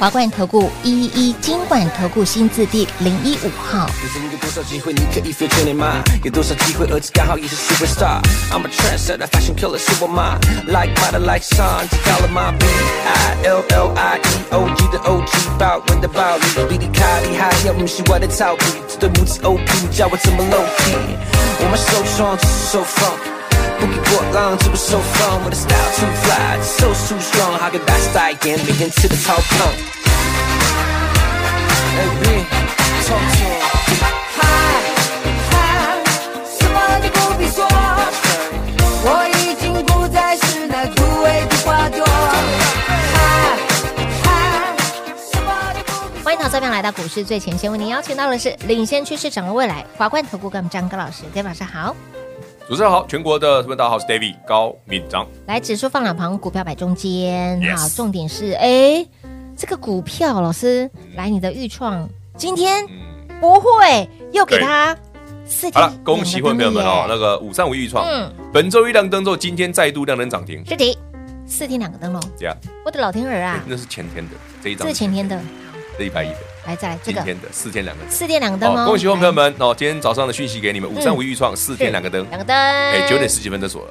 华冠投顾一一金管投顾新字第零一五号。人生有多少机会你可以 feel 全力吗？有多少机会儿子刚好也是 superstar。I'm a trendsetter，fashion killer 是我妈。Like butter like sun，知道了吗？B I L L I E O G 的 O G，爆文的暴力，比你卡厉害，要不是我的造笔，这对母子 O P，教我怎么 low key。我们受创，只是受放。不给波浪，这不受放。我的 style too fly，so too strong，还给大时代眼，每天吃的超胖。哎，B，创作。嗨，什么都不必说，我已经不再是那枯萎的花朵。嗨，嗨，什么都不必说。欢迎投资朋友来到股市最前线，为您邀请到的是领先趋势、掌握未来华冠投顾跟我们张高老师，各位晚上好。主持人好，全国的朋友大家好，我是 David 高敏章。来，指数放两旁，股票摆中间。 Yes 好，重点是，哎，这个股票老师来你的预创，今天嗯，不会又给对他四好天了，恭喜会员朋友们哦，那了个五三五一创，嗯本周一亮灯之后，今天再度亮灯涨停，这题四天两个灯笼，这样，哎我的老天儿啊，那是前天的这一这张，是前天的，这一百亿的，来再来这今个天的四天两个灯。四天两个灯哦，恭喜会员朋友来，们哦，今天早上的讯息给你们，五三五一创四天两个灯嗯是，两个灯，哎，哎九点十几分就锁了，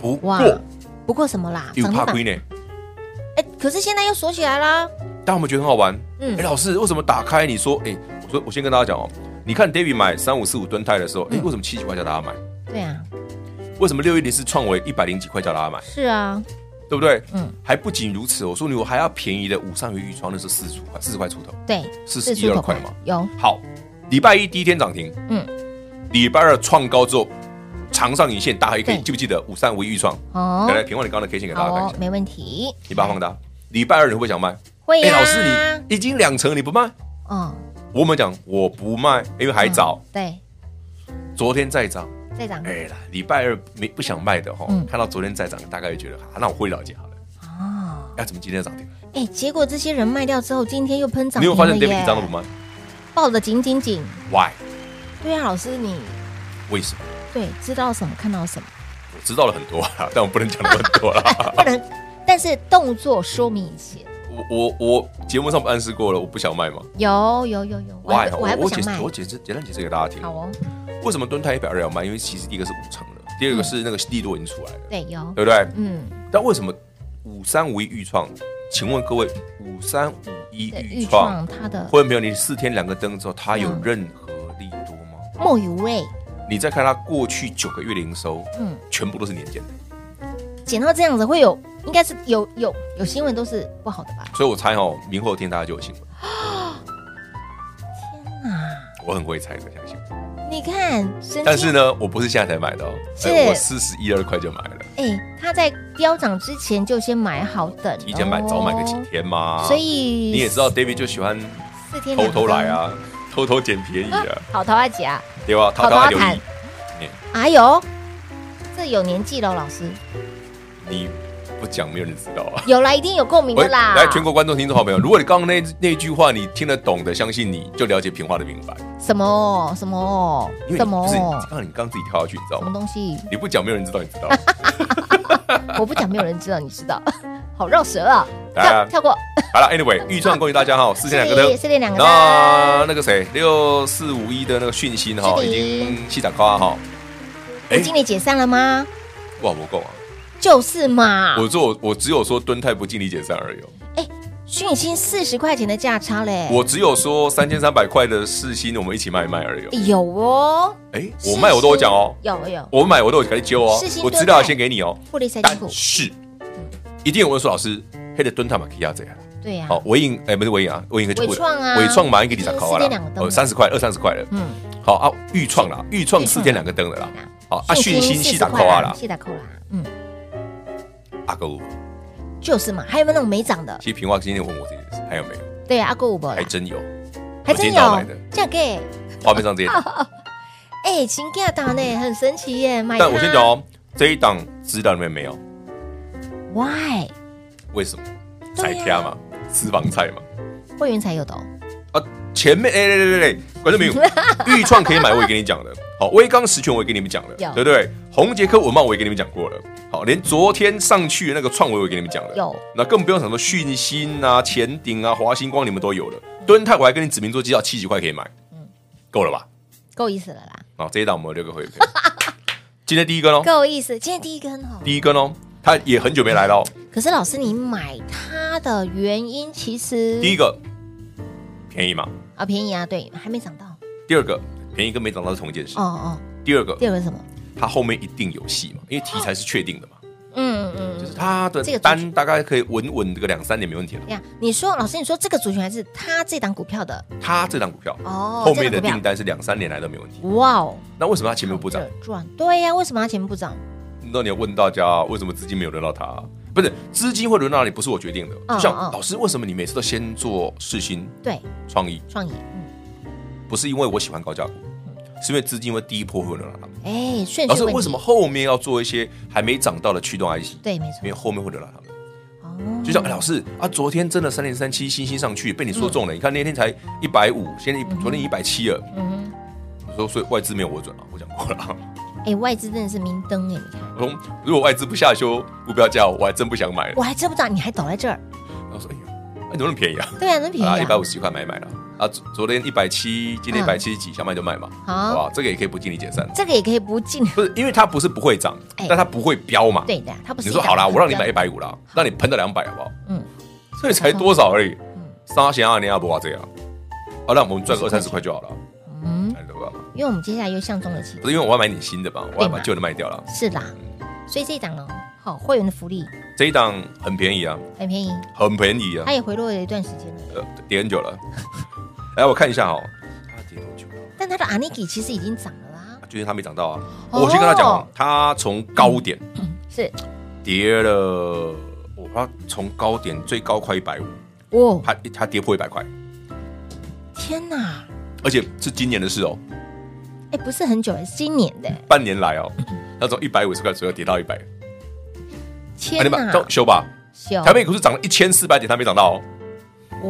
不哇过，不过什么啦，有怕板亏，呢。哎，可是现在又锁起来啦，但我们觉得很好玩。嗯嗯，哎，老师，为什么打开你说，哎，我说我先跟大家讲哦，你看 David 买三五四五吨泰的时候，嗯哎，为什么七几块叫大家买？对啊，为什么六一零是创维一百零几块叫大家买？是啊，对不对？嗯嗯，还不仅如此，我说你我还要便宜的五上鱼预创，那是四十出块，四十块出头。对， 41四出口块嘛有，好，礼拜一第一天涨停，嗯嗯，礼拜二创高之后，长上影线大黑 K，对记不记得五三五一预创？哦来，来，评论你刚刚的 K 线给大好家看哦一下，没问题，你把它放大。礼拜二你会不会想卖？会呀，哎老师你已经两成你不卖，哦，我们讲我不卖，因为还早嗯，，对，嗯昨天再涨。再涨哎啦，礼拜二没不想卖的哈嗯，看到昨天再涨，大概就觉得，啊那我回了解好了。哦，要怎么今天涨停？哎，结果这些人卖掉之后，今天又喷涨你有停没有发了现 David 耶一张都不卖抱得紧紧紧， ？Why？对啊，老师你为什么？对知道什么看到什么。我知道了很多啦， 但我不能讲那么多啊 啦。不能，但是动作说明一切。我我我节目上不暗示过了，我不想卖嘛。有有有有，我还 Why？哦不我还我不解想释卖，。我解释简单解释给大家听。好哦，为什么蹲泰一百二要卖？因为其实第一个是五成嗯了，第二个是那个利多已经出来了，对，有，对不对？嗯，但为什么五三五一预创？请问各位，五三五一对，预预创创，它的会员朋友，你四天两个灯之后，它有嗯任何利多吗？莫与味，你再看它过去九个月的营收，嗯嗯，全部都是年减的，剪到这样子会有，应该是有有有新闻都是不好的吧？所以我猜哦，明后天大家就有新闻。啊，我很会猜的，相信我。你看，神但是经，呢，我不是现在才买的哦，是哎我四十一二块就买了，哎，它在飙涨之前就先买好等哦，提前买早买个几天嘛。所以你也知道，David 就喜欢四天偷两偷更 来，啊，偷偷捡便宜啊，好桃花姐啊，对吧？好他的他留好的意哎呦，这有年纪了，老师你不讲，没有人知道啊。有啦，一定有共鸣的啦。来，全国观众、听众、好朋友，如果你刚刚那那句话你听得懂的，相信你就了解平话的明白。什么什么因为什你不是你么刚刚你刚自己跳下去，你知道什么吗？东西？你不讲，没有人知道，你知道吗？我不讲，没有人知道，你知道， 好绕舌啊！来啊跳跳过，好了，Anyway，预算恭喜大家哈，四千两个是灯。是那两个哎那灯。那个谁，六四五一的那个讯息呢哈，是的已经气涨高啊哈。哎吴经理解散了吗？哇，不够啊！就是嘛，我做我只有说敦泰不尽理解散而已哦、讯息四十块钱的价差嘞，我只有说三千三百块的四星我们一起卖一卖而已、哦。有哦，哎、我卖我都有讲哦，有有我买我都有给你揪哦世新，我敦泰资料先给你哦。获利赛金但股，是一定有人说老师，黑的敦泰嘛可以压这样。对呀，好，维影哎不是维影啊，维影可就伟创啊伟创买一个你咋考啊就是四天两个啦？灯哦，三十块二三十块了。嗯，好啊，预创啦，预创预创四天两个灯的啦对啦。好啊，讯息四细十打块扣啊啦，细打扣啦，嗯，阿哥，就是嘛，还有没有那种没涨的？其实平话今天问我这件事，还有没有？对啊，阿哥五伯啦还，真有，还我今真天早上有买的，价格，画面上这一档。哎、哎，请给打呢，很神奇耶！买它但我先讲哦，这一档资料里面没有， ，Why 为什么？对彩呀票嘛，私房菜嘛。会员才有的哦，啊，前面哎哎哎哎，哎观众朋友，豫创可以买，我也跟你讲了。好，威刚实权我也跟你们讲了，有对不对？红杰科文茂我也跟你们讲过了。好，连昨天上去的那个创维我也跟你们讲了，有。那更不用讲什么讯星啊、前顶啊、华星光你们都有了。敦泰我还跟你指明做绩效七十块可以买，嗯够了吧？够意思了啦，啊，这一档我们有六个会员，今天第一根哦，够意思。今天第一根哦，第一根哦，他也很久没来了哦。可是老师你买它的原因其实第一个便宜嘛，啊便宜啊，对，还没涨到。第二个便宜跟没涨到是同一件事哦。哦，第二个，第二个是什么？它后面一定有戏嘛，因为题材是确定的嘛。嗯嗯，就是它的这个族单大概可以稳稳这个两三年没问题了。呀，你说老师你说这个族群还是他这档股票的它这档股票哦后这面的档股票订单是两三年来都没问题。哇哦，那为什么它前面不涨这？赚对呀、为什么它前面不涨？那你要问大家为什么资金没有轮到它？不是资金会轮到你，不是我决定的。嗯就像嗯老师，为什么你每次都先做世新、对，创意？创意，嗯，不是因为我喜欢高价股，是因为资金会第一波会轮到它。哎，顺序老嗯师，问题为什么？后面要做一些还没涨到的驱动 IC？对，没因为错，后面会轮到他们。哦，就像、哎老师啊，昨天真的三零三七星星上去被你说中了，你看那天才一百五，现在一昨天一百七了。嗯我说所以外资没有我准啊，我讲过了 啊。哼，哎，外资真的是明灯哎，你看，我说如果外资不下修目标价，我还真不想买了我。还知不知道你还倒在这儿？然后说哎呀，哎怎么那么便宜啊？对啊，那便宜啊，一百啊五，十块买一买了啊，昨昨天一百七，今天一嗯百七十几，想买就买嘛，好好不好？这个也可以不尽力解散。这个也可以不进， 不是因为它不是不会涨哎，但它不会飙嘛。对的呀，它不是你一说档好啦，股我让你买票一，百五啦，让你喷到两百好不好？嗯，所以才多少而已，三千二你阿不哇这样，啊，那我们赚个二三十块就好了，嗯，哎，对吧？因为我们接下来又向中的期不，是因为我要买你新的嘛，我要把旧的卖掉了。是啦，所以这一档哦，好，会员的福利这一档很便宜啊，很便宜，很便宜啊它，也回落了一段时间了，呃，跌很久了。 来，我看一下哦，它跌多久了？但它的阿尼基其实已经涨了啦，最近它没涨到啊。哦我先跟他讲哦，它从高点是跌了，我它从高点最高快一百五，哦，它它跌破一百块，天哪，而且是今年的事哦，哎，不是很久，是今年的，半年来哦，嗯它从一百五十块左右跌到一百，啊，天哪，哦都修吧。小台北股市涨了一千四百点，它没涨到哦，嗯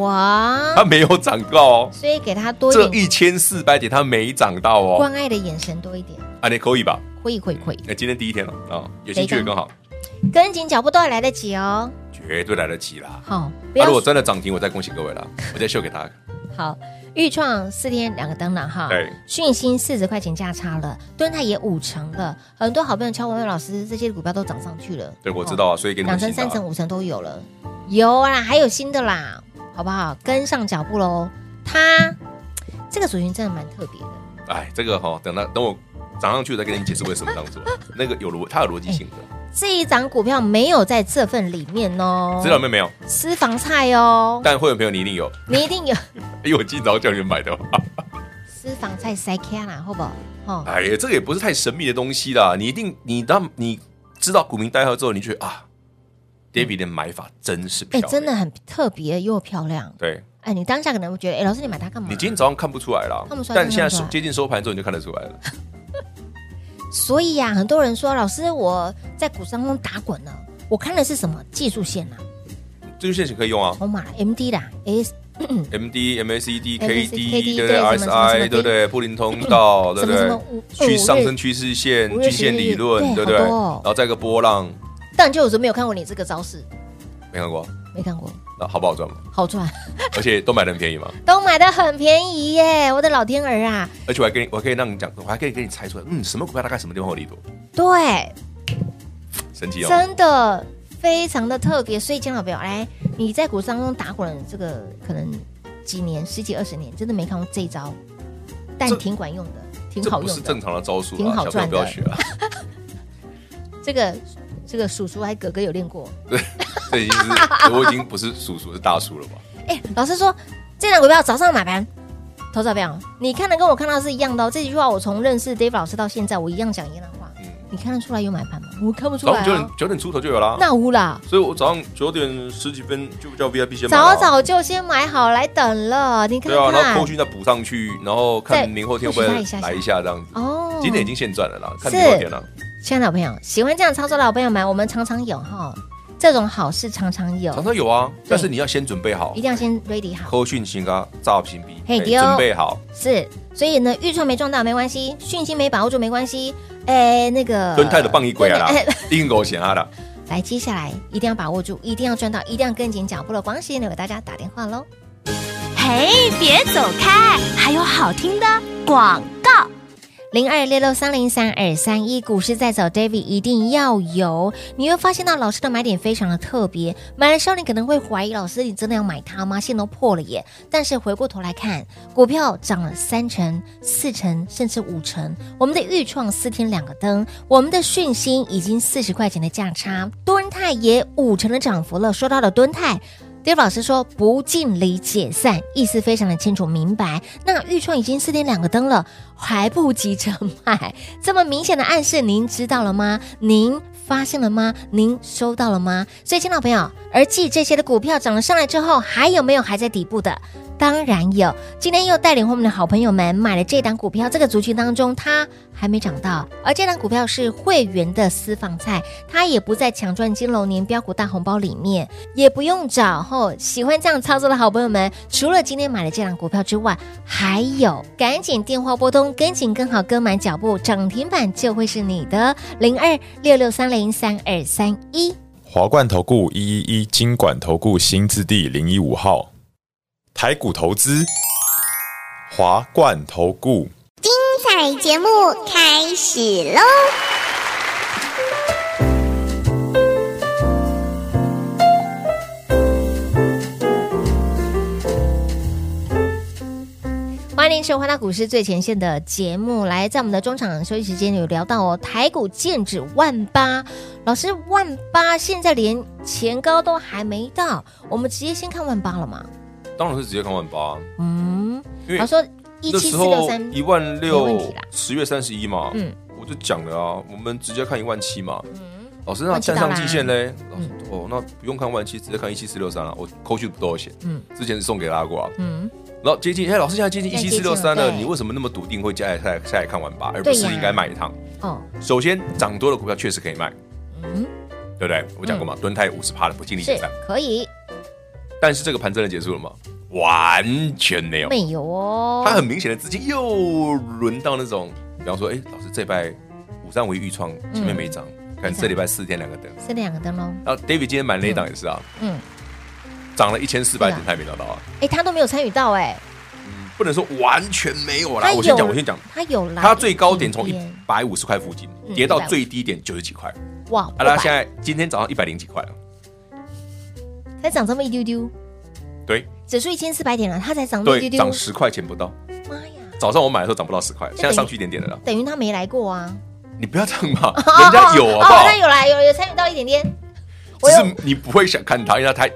哇它，没有涨到哦。所以给他多这一点一千四百点它没涨到哦，关爱的眼神多一点，啊，你可以吧？可以可以可以，那今天第一天了啊，有兴趣的更好，跟紧脚步都还来得及哦。绝对来得及啦。好，不那要啊如果真的涨停，我再恭喜各位啦，我再秀给他。好，豫创四天两个灯了哈，对，讯星四十块钱价差了，敦泰也五成了，很多好朋友敲我问老师，这些股票都涨上去了，对，我知哦道啊，所以给你两们成、新的三成、啊。五成都有了，有啦，还有新的啦，好不好？跟上脚步喽。它这个族群真的蛮特别的，哎，这个哈，等到等我涨上去再跟你们解释为什么这样做。那个有逻，它有逻辑性的，这一档股票没有在这份里面哦，知道没有？私房菜哦，但会员朋友你一定有，你一定有因为我今早叫你们买的哦嘛。私房菜塞开啦，好不好？哦，哎呀，这个也不是太神秘的东西啦，你一定你当你知道股民代号之后，你觉得啊，David 的买法真是漂哎，亮，真的很特别又漂亮。对。哎，你当下可能会觉得，哎，老师你买它干嘛你？今天早上看不出来啦看不，出来但现在看不出收来接近收盘之后你就看得出来了。所以呀、很多人说，老师我在股市当中打滚了，我看的是什么技术线呐、啊，这个线型可以用啊筹码啦 MD 啦，S ，MD、MACD、 KD KD，对不 E 对 E 对什么什么什么？RSI，对不对？布林通道，哦什对不么什么对五？趋五日上升趋势线五、日均线十日理论，对对不对？好多哦然后再一个波浪，但就有时候没有看过你这个招式，没看过，没看过，那好不好赚嘛？好赚， 而且都买的很便宜嘛，都买的很便宜耶，我的老天儿啊！而且我还跟你，我可以让你讲，我还可以给你猜出来，嗯，什么股票大概什么地方有利多，对，神奇哦！真的非常的特别。所以，金老朋友，来，哎你在股市当中打滚了这个可能几年、十几二十年，真的没看过这一招，但这挺管用的，挺这好不是用正的。常的招数挺啊，好小朋友赚的不要学啊， 这个这个叔叔还哥哥有练过，这已经是我已经不是叔叔是大叔 了吧？哎、老师说这档股票早上买盘，投资票，你看的跟我看到的是一样的、哦。这句话我从认识 Dave 老师到现在，我一样讲一样的话。嗯，你看得出来有买盘吗？我看不出早来、上九点啊。九点出头就有啦。那无啦，所以我早上九点十几分就叫 VIP 先买了啊早早就先买好来等了。你看对啊，然后看扣，讯再补上去，然后再看明后天会不复习它会一下下来一下这样子。哦，今天已经现赚了啦，看多少天了。亲爱的老朋友，喜欢这样操作的老朋友们，我们常常有哈这种好事，常常有常，常有啊，但是你要先准备好哦一，定要先 ready 好。科讯新高，造型比，嘿哎对哦准备好， 是，所以呢，预算没赚到没关系，讯息没把握住没关系，哎，那个蹲泰的棒一鬼啊啦对哎，硬狗险啊啦。来，接下来一定要把握住，一定要赚到，一定要跟紧脚步了。光时间留给大家打电话喽。嘿，别走开，还有好听的广告。零二六六三零三二三一，股市在走，David 一定要有。你会发现到老师的买点非常的特别，买的时候你可能会怀疑，老师你真的要买它吗？线都破了耶！但是回过头来看，股票涨了三成、四成，甚至五成。我们的预创四天两个灯，我们的讯星已经四十块钱的价差，敦泰也五成的涨幅了。说到了敦泰。Dave 老师说不尽离解散，意思非常的清楚明白。那预创已经四天两个灯了，还不急着买，这么明显的暗示您知道了吗？您发现了吗？您收到了吗？所以，亲老朋友，而继这些的股票涨了上来之后，还有没有还在底部的？当然有，今天又带领我们的好朋友们买了这档股票，这个族群当中它还没涨到，而这档股票是会员的私房菜，它也不在抢赚金龙年标股大红包里面，也不用找后、喜欢这样操作的好朋友们，除了今天买了这档股票之外，还有赶紧电话拨通，跟紧跟好跟满脚步，涨停板就会是你的零二六六三零三二三一。华冠投顾一一一金管投顾新字第零一五号，台股投资，华冠投顾。彩节目开始喽！欢迎您收看到股市最前线的节目。来，在我们的中场休息时间有聊到哦，台股剑指万八，老师万八现在连前高都还没到，我们直接先看万八了嘛？当然是直接看万八啊，嗯，因为老师说一那七四时候六三一万没问六题啦，十月三十一嘛，嗯我就讲了啊，我们直接看一万七嘛。老师，万那七站到上啦嗯季线嘞？老师，哦，那不用看万七，直接看一七四六三了。我扣去多少钱？嗯之前是送给拉过啊。嗯，然后接近，哎，老师现在接近一现在七接四近了六三了，对你为什么那么笃定会下来下来下来看完八，而不是对呀应该买一趟？哦，首先，涨多的股票确实可以卖，嗯，对不对？我讲过嘛，蹲泰五十趴的不尽力解是散，可以，但是这个盘真的结束了吗？完全没有，没有哦，它很明显的资金又轮到那种，比方说，哎，老师这礼拜五三五一预创嗯前面没涨，看这礼拜四天两个灯，剩两个灯喽，然后 David 今天买那一档也是啊，嗯，涨了一千四百是啊点，他也没拿到啊，哎，他都没有参与到哎，不能说完全没有啦他。有我先讲，我先讲，他有来，它最高点从一点百五十块附近嗯跌到150最低点九十几块，啊，哇，破它百现在今天早上一百零几块了，才涨这么一丢丢，对指数一千四百点了，它才涨这么一对，丢丢涨，十块钱不到。妈呀！早上我买的时候涨不到十块，现在等于上去一点点了啦。等于他没来过啊。你不要这样 嘛， 人家有好不哦好他？有来，有有参与到一点点，我只有是你不会想看它，因为它太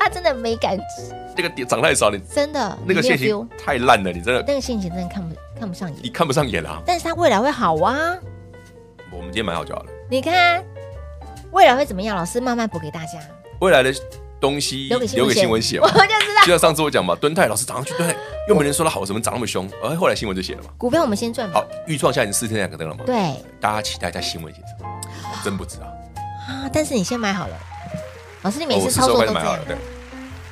他真的没感，那个点涨太少，你真的那个你没有现形 feel 太烂了，你真的那个陷阱真的看不看不上你眼。看不上眼啊。但是他未来会好啊，我们今天买好就好了，你看未来会怎么样？老师慢慢补给大家，未来的东西留给留给新闻写我嘛。就知道就像上次我讲嘛，敦泰老师涨上去，敦泰又没人说他好，什么涨那么凶，而后来新闻就写了嘛。股票我们先赚吧好。，预创下已经四天两个灯了嘛，对大家期待一下新闻写什么，我真不知道。啊，但是你先买好了。老师，你每哦次我是操时候作开始都这买好了样，，对，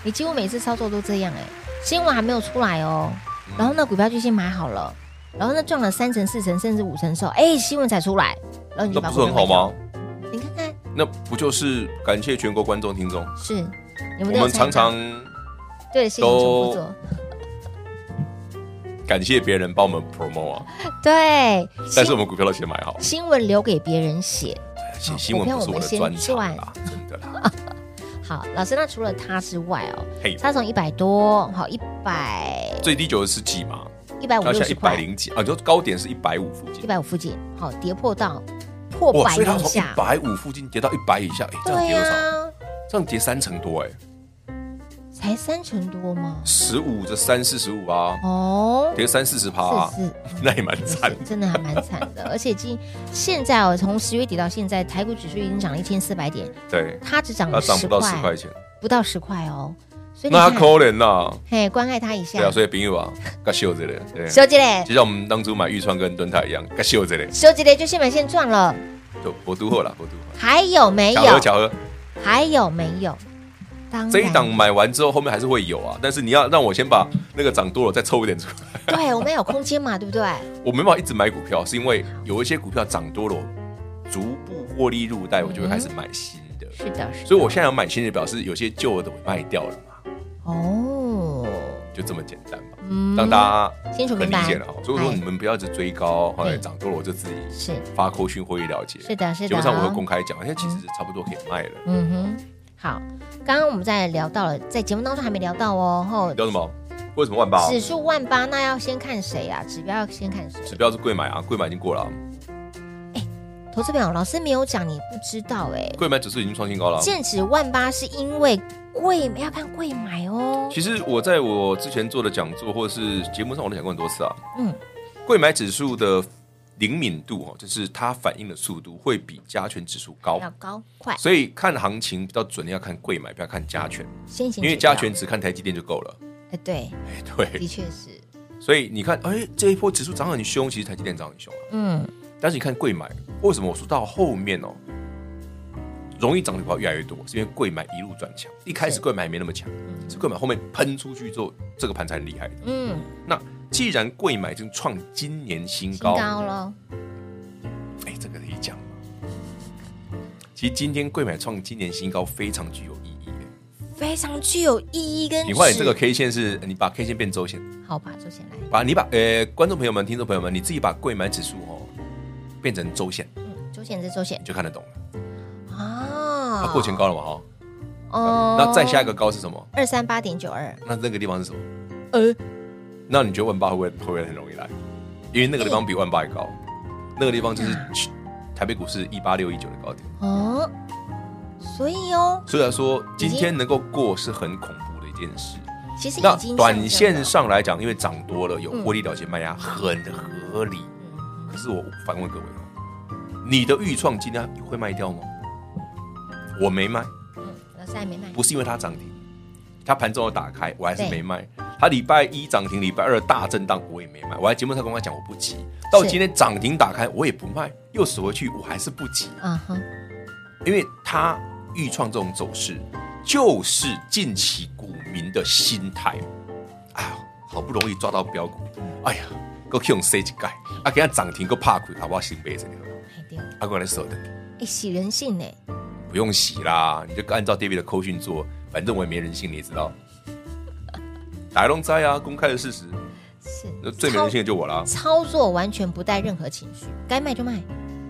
你几乎每次操作都这样哎、新闻还没有出来哦，嗯然后那股票就先买好了，然后那赚了三成、四成甚至五成的时候，哎、新闻才出来，然后你就那把不股是票很好吗卖？掉？你看看，那不就是感谢全国观众听众，是你我们都有们参常与常到对事情重复做，感谢别人帮我们 promo 啊。对，但是新我们股票都先买好，新闻留给别人写。写新闻不是我的专长啦，真的啦。好，老师，那除了他之外哦，嘿，他从一百多，好一百最低九十几嘛，一百五那六现在十一百块，零几啊，就高点是一百五附一近。百五附近，好跌破到破哇，百所以它以从一下，百五附近跌到一百以下，哎，这对样啊跌多呀、少？这样跌三成多，哎，才三成多吗？十五这三四十五啊，哦，跌三四十趴啊是，是。那也蛮是惨。真的还蛮惨的， 而且今现在哦，从十月底到现在，台股指数已经涨了一千四百点，对，它只涨它了涨十不块，到十块钱，不到十块哦。所以你那看，可怜呐，嘿，关爱他一下对。啊，所以朋友啊，该秀着嘞，对，修杰嘞，就像我们当初买玉川跟敦泰一样，该秀着嘞，修杰嘞，就现买现赚了。就博都后啦，博都后。还有没巧合有？巧合，还有没有？当然这一档买完之后，后面还是会有啊，但是你要让我先把那个涨多了再抽一点出来。 对，我们有空间嘛，对不对？我没办法一直买股票，是因为有一些股票涨多了，我逐步获利入袋，我就会开始买新的。是的，是的。所以我现在要买新的，表示有些旧的我卖掉了嘛，哦，就这么简单嘛，嗯让大家清楚很明理白解了哈。所以我说哎你们不要一直追高，后来对涨多了我就自己是发扣讯会议了解。是的，是的。基本上我会公开讲，现哎在其实差不多可以卖了。嗯哼，好。刚刚我们在聊到了，在节目当中还没聊到哦。后聊什么？为什么万八？指数万八，那要先看谁啊？指标要先看谁？指标是贵买啊，贵买已经过了啊，投资朋友，老师没有讲，你不知道哎、贵买指数已经创新高了啊。剑指万八是因为贵，要看贵买哦。其实我在我之前做的讲座或者是节目上，我都讲过很多次啊。嗯，贵买指数的灵敏度哦，就是它反应的速度会比加权指数高，要高快，所以看行情比较准，要看贵买，不要看加权，先行因为指标加权，只看台积电就够了。 哎，对，哎的对，确是，所以你看，哎，这一波指数涨很凶，其实台积电涨很凶啊。嗯，但是你看贵买，为什么我说到后面哦，容易涨的股票越来越多，是因为贵买一路转强。一开始贵买还没那么强，是贵买后面喷出去之后，这个盘才很厉害的。嗯，那既然贵买已经创今年新新高，高喽，哎，这个可以讲吗？其实今天贵买创今年新高非常具有意义耶。非常具有意义跟你换指这个 K 线是，你把 K 线变周线，好吧，坐下来，把你把呃观众朋友们、听众朋友们，你自己把贵买指数哦变成周线，嗯，周线这周线你就看得懂了。啊它过前，高了嘛哈、哦那再下一个高是什么？二三八点九二，那那个地方是什么？呃，那你觉得万八会不会会不会很容易来？因为那个地方比万八还高，那个地方就是台北股市一八六一九的高点。哦，所以哦，虽然说今天能够过是很恐怖的一件事，其实那已经短线上上来讲，因为涨多嗯了有获利了结卖压，很合理。可是我反问各位，哦你的预创今天会卖掉吗？我没卖，证了，嗯，老师还没卖，不是因为它涨停，它盘中有打开，我还是对没卖。它礼拜一涨停，礼拜二大震荡，我也没卖。我在节目上跟他讲我不急，到今天涨停打开我也不卖，又锁回去我还是不急。嗯哼，因为它预创这种走势，就是近期股民的心态。哎呀，好不容易抓到标股，哎呀，够用 C 几盖，啊，给它涨停够怕亏，好不好？心杯这里，哎对，啊，过来守的，哎喜人性呢，不用洗啦，你就按照 David 的扣讯做，反正我也没人性，你也知道。打龙灾啊，公开的事实，是那最没人性的就我啦。操作完全不带任何情绪，该卖就卖，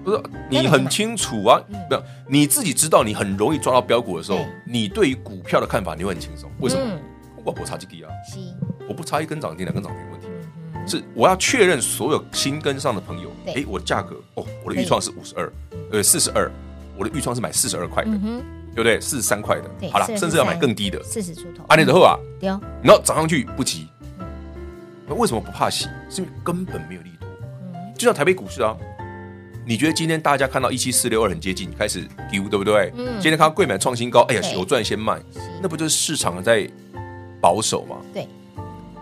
不是你很清楚啊，没有你自己知道，你很容易抓到标股的时候对，你你对于股票的看法你会很轻松。为什么嗯？我不差几低啊，吸，我不差一根涨停、两根涨停的问题，嗯哼是我要确认所有新跟上的朋友，对诶，我价格哦，我可的以预创是五十二，呃，四十二，我的预创是买四十二块的，嗯哼，对不对？四十三块的对，好了， 43甚至要买更低的。四十出头，哦安利的后啊，丢，然后涨上去不急，那为什么不怕洗？是因为根本没有利多。嗯就像台北股市啊，你觉得今天大家看到一七四六二很接近，开始丢，对不对？嗯今天看到贵买创新高，哎呀对，有赚先卖，吸，那不就是市场在保守吗？对，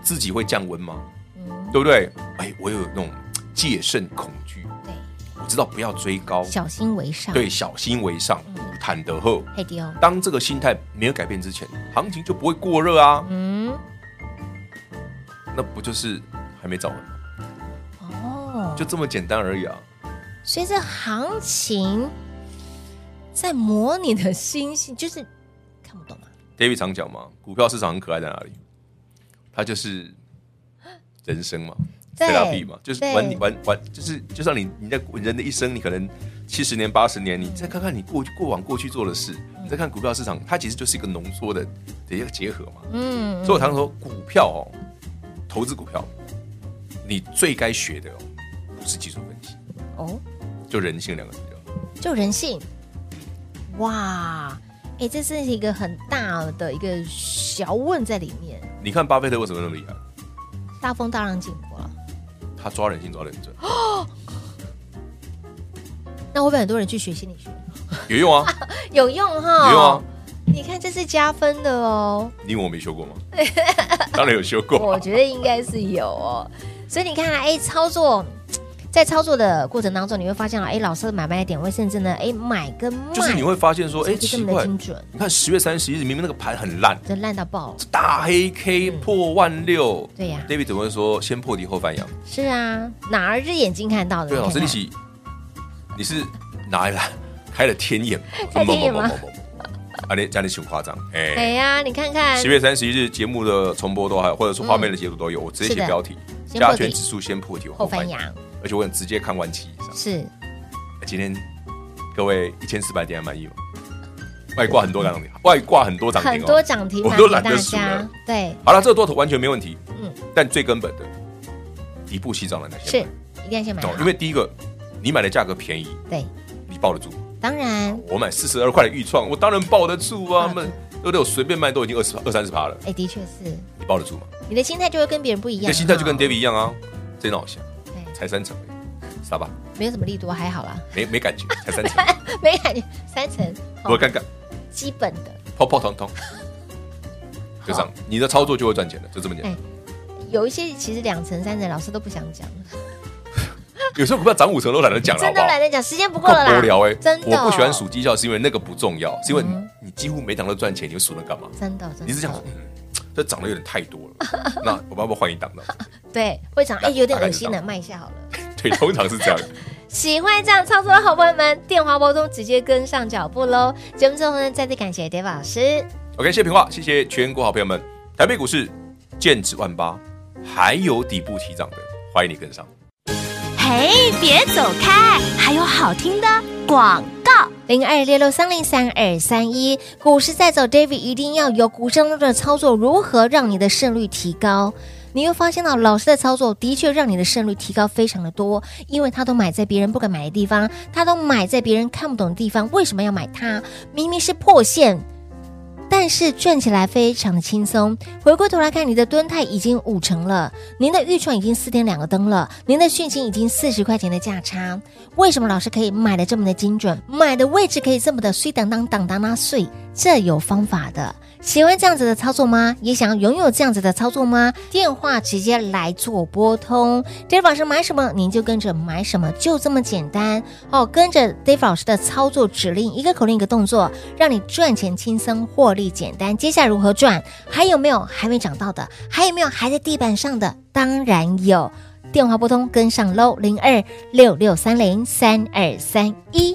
自己会降温吗？嗯对不对？哎，我有那种戒慎恐惧，对，我知道不要追高，小心为上，嗯对，，小心为上，坦得后。嘿哦丢，当这个心态没有改变之前，行情就不会过热啊，嗯，那不就是还没找完吗？哦，就这么简单而已啊。随着行情在磨你的心性，就是看不懂啊， David 常讲嘛，股票市场很可爱在哪里？它就是人生嘛，对拉比嘛，就是对玩你玩玩，就是就像你你在人的一生，你可能七十年八十年，你再看看你过过往过去做的事，你再看股票市场，它其实就是一个浓缩的的一个结合嘛。嗯，所以我常常说，股票哦，投资股票，你最该学的哦，不是技术分析，哦，就人性两个字就好。就人性，哇，哎，这是一个很大的一个学问在里面，你看巴菲特为什么那么厉害？大风大浪尽过了。他抓人性抓得很准，那会不会很多人去学心理学？有用啊，有用哈，有用啊。你看这是加分的哦，你以为我没修过吗？当然有修过我啊，觉得应该是有哦。所以你看啊，哎，操作在操作的过程当中，你会发现啊，哎，老师的买卖点位，甚至呢，哎，买跟卖，就是你会发现说，哎，手机奇根本的怪，精准，你看十月三十一日，明明那个盘很烂，这烂到爆。大黑 K 破万六，对呀 David 怎么会说先破底后翻扬？是啊，哪儿是眼睛看到的？对啊，老看师看你起，你是哪里来开了天眼？开天眼吗？啊，你这样你挺夸张，哎哎。呀，你看看十，月三十一日节目的重播都还有，或者说画面的截图都有，我直接是写的标题：先破加底权指数先破底后后翻翻扬扬，而且我很直接看完期以上。是今天各位一千四百点还满意吗？外挂很多涨停，外挂很多涨停哦。很多涨停我板都给懒大得数家了。，对，好了，这个多头完全没问题。嗯嗯，但最根本的底部起涨的那些是一定要先买哦，好因为第一个你买的价格便宜，对，你抱得住。当然，我买四十二块的预创，我当然抱得住啊。抱得那住对不对？我随便卖都已经二十二三十趴了，哎，的确是，你抱得住吗？你的心态就会跟别人不一样你哈，的心态就跟 David 一样啊，真的好像对才三成，傻吧？没有什么力度，还好啦， 没没感觉，才三啊成，没感觉，三层，好我看看。基本的，泡泡糖糖，就这样，你的操作就会赚钱的，就这么简单哎。有一些其实两层、三层老师都不想讲， 有时候股票涨五成都懒得讲了，好真不的好？懒得讲，时间不够够了啦，无聊哎，真的，我不喜欢数，绩效，是因为那个不重要，是因为嗯你几乎每档都赚钱，你就数那干嘛？真的，真的你是想说，嗯，这涨得有点太多了，那我们要不要换一 档呢？对会长，哎，有点恶心大概了，卖一下好了。对，通常是这样。喜欢这样操作的好朋友们，电话拨通，直接跟上脚步喽。节目最后呢，再次感谢 David 老师。 OK，谢谢平话，谢谢全国好朋友们。台北股市剑指万八，还有底部起涨的，欢迎你跟上。嘿，别走开，还有好听的广告。零二六六三零三二三一，股市在走，David 一定要有股市当中的操作，如何让你的胜率提高？你又发现到老师的操作的确让你的胜率提高非常的多，因为他都买在别人不敢买的地方，他都买在别人看不懂的地方，为什么要买它？明明是破线，但是赚起来非常的轻松。回过头来看，你的蹲态已经五成了，您的预创已经四天两个灯了，您的讯息已经四十块钱的价差。为什么老师可以买的这么的精准，买的位置可以这么的碎当当当当当碎？这有方法的。喜欢这样子的操作吗？也想要拥有这样子的操作吗？电话直接来做拨通，Dave 老师买什么您就跟着买什么，就这么简单哦。跟着 Dave 老师的操作指令，一个口令一个动作，让你赚钱轻松，获利简单。接下来如何赚？还有没有还没涨到的？还有没有还在地板上的？当然有。电话拨通跟上喽，零二六六三零三二三一。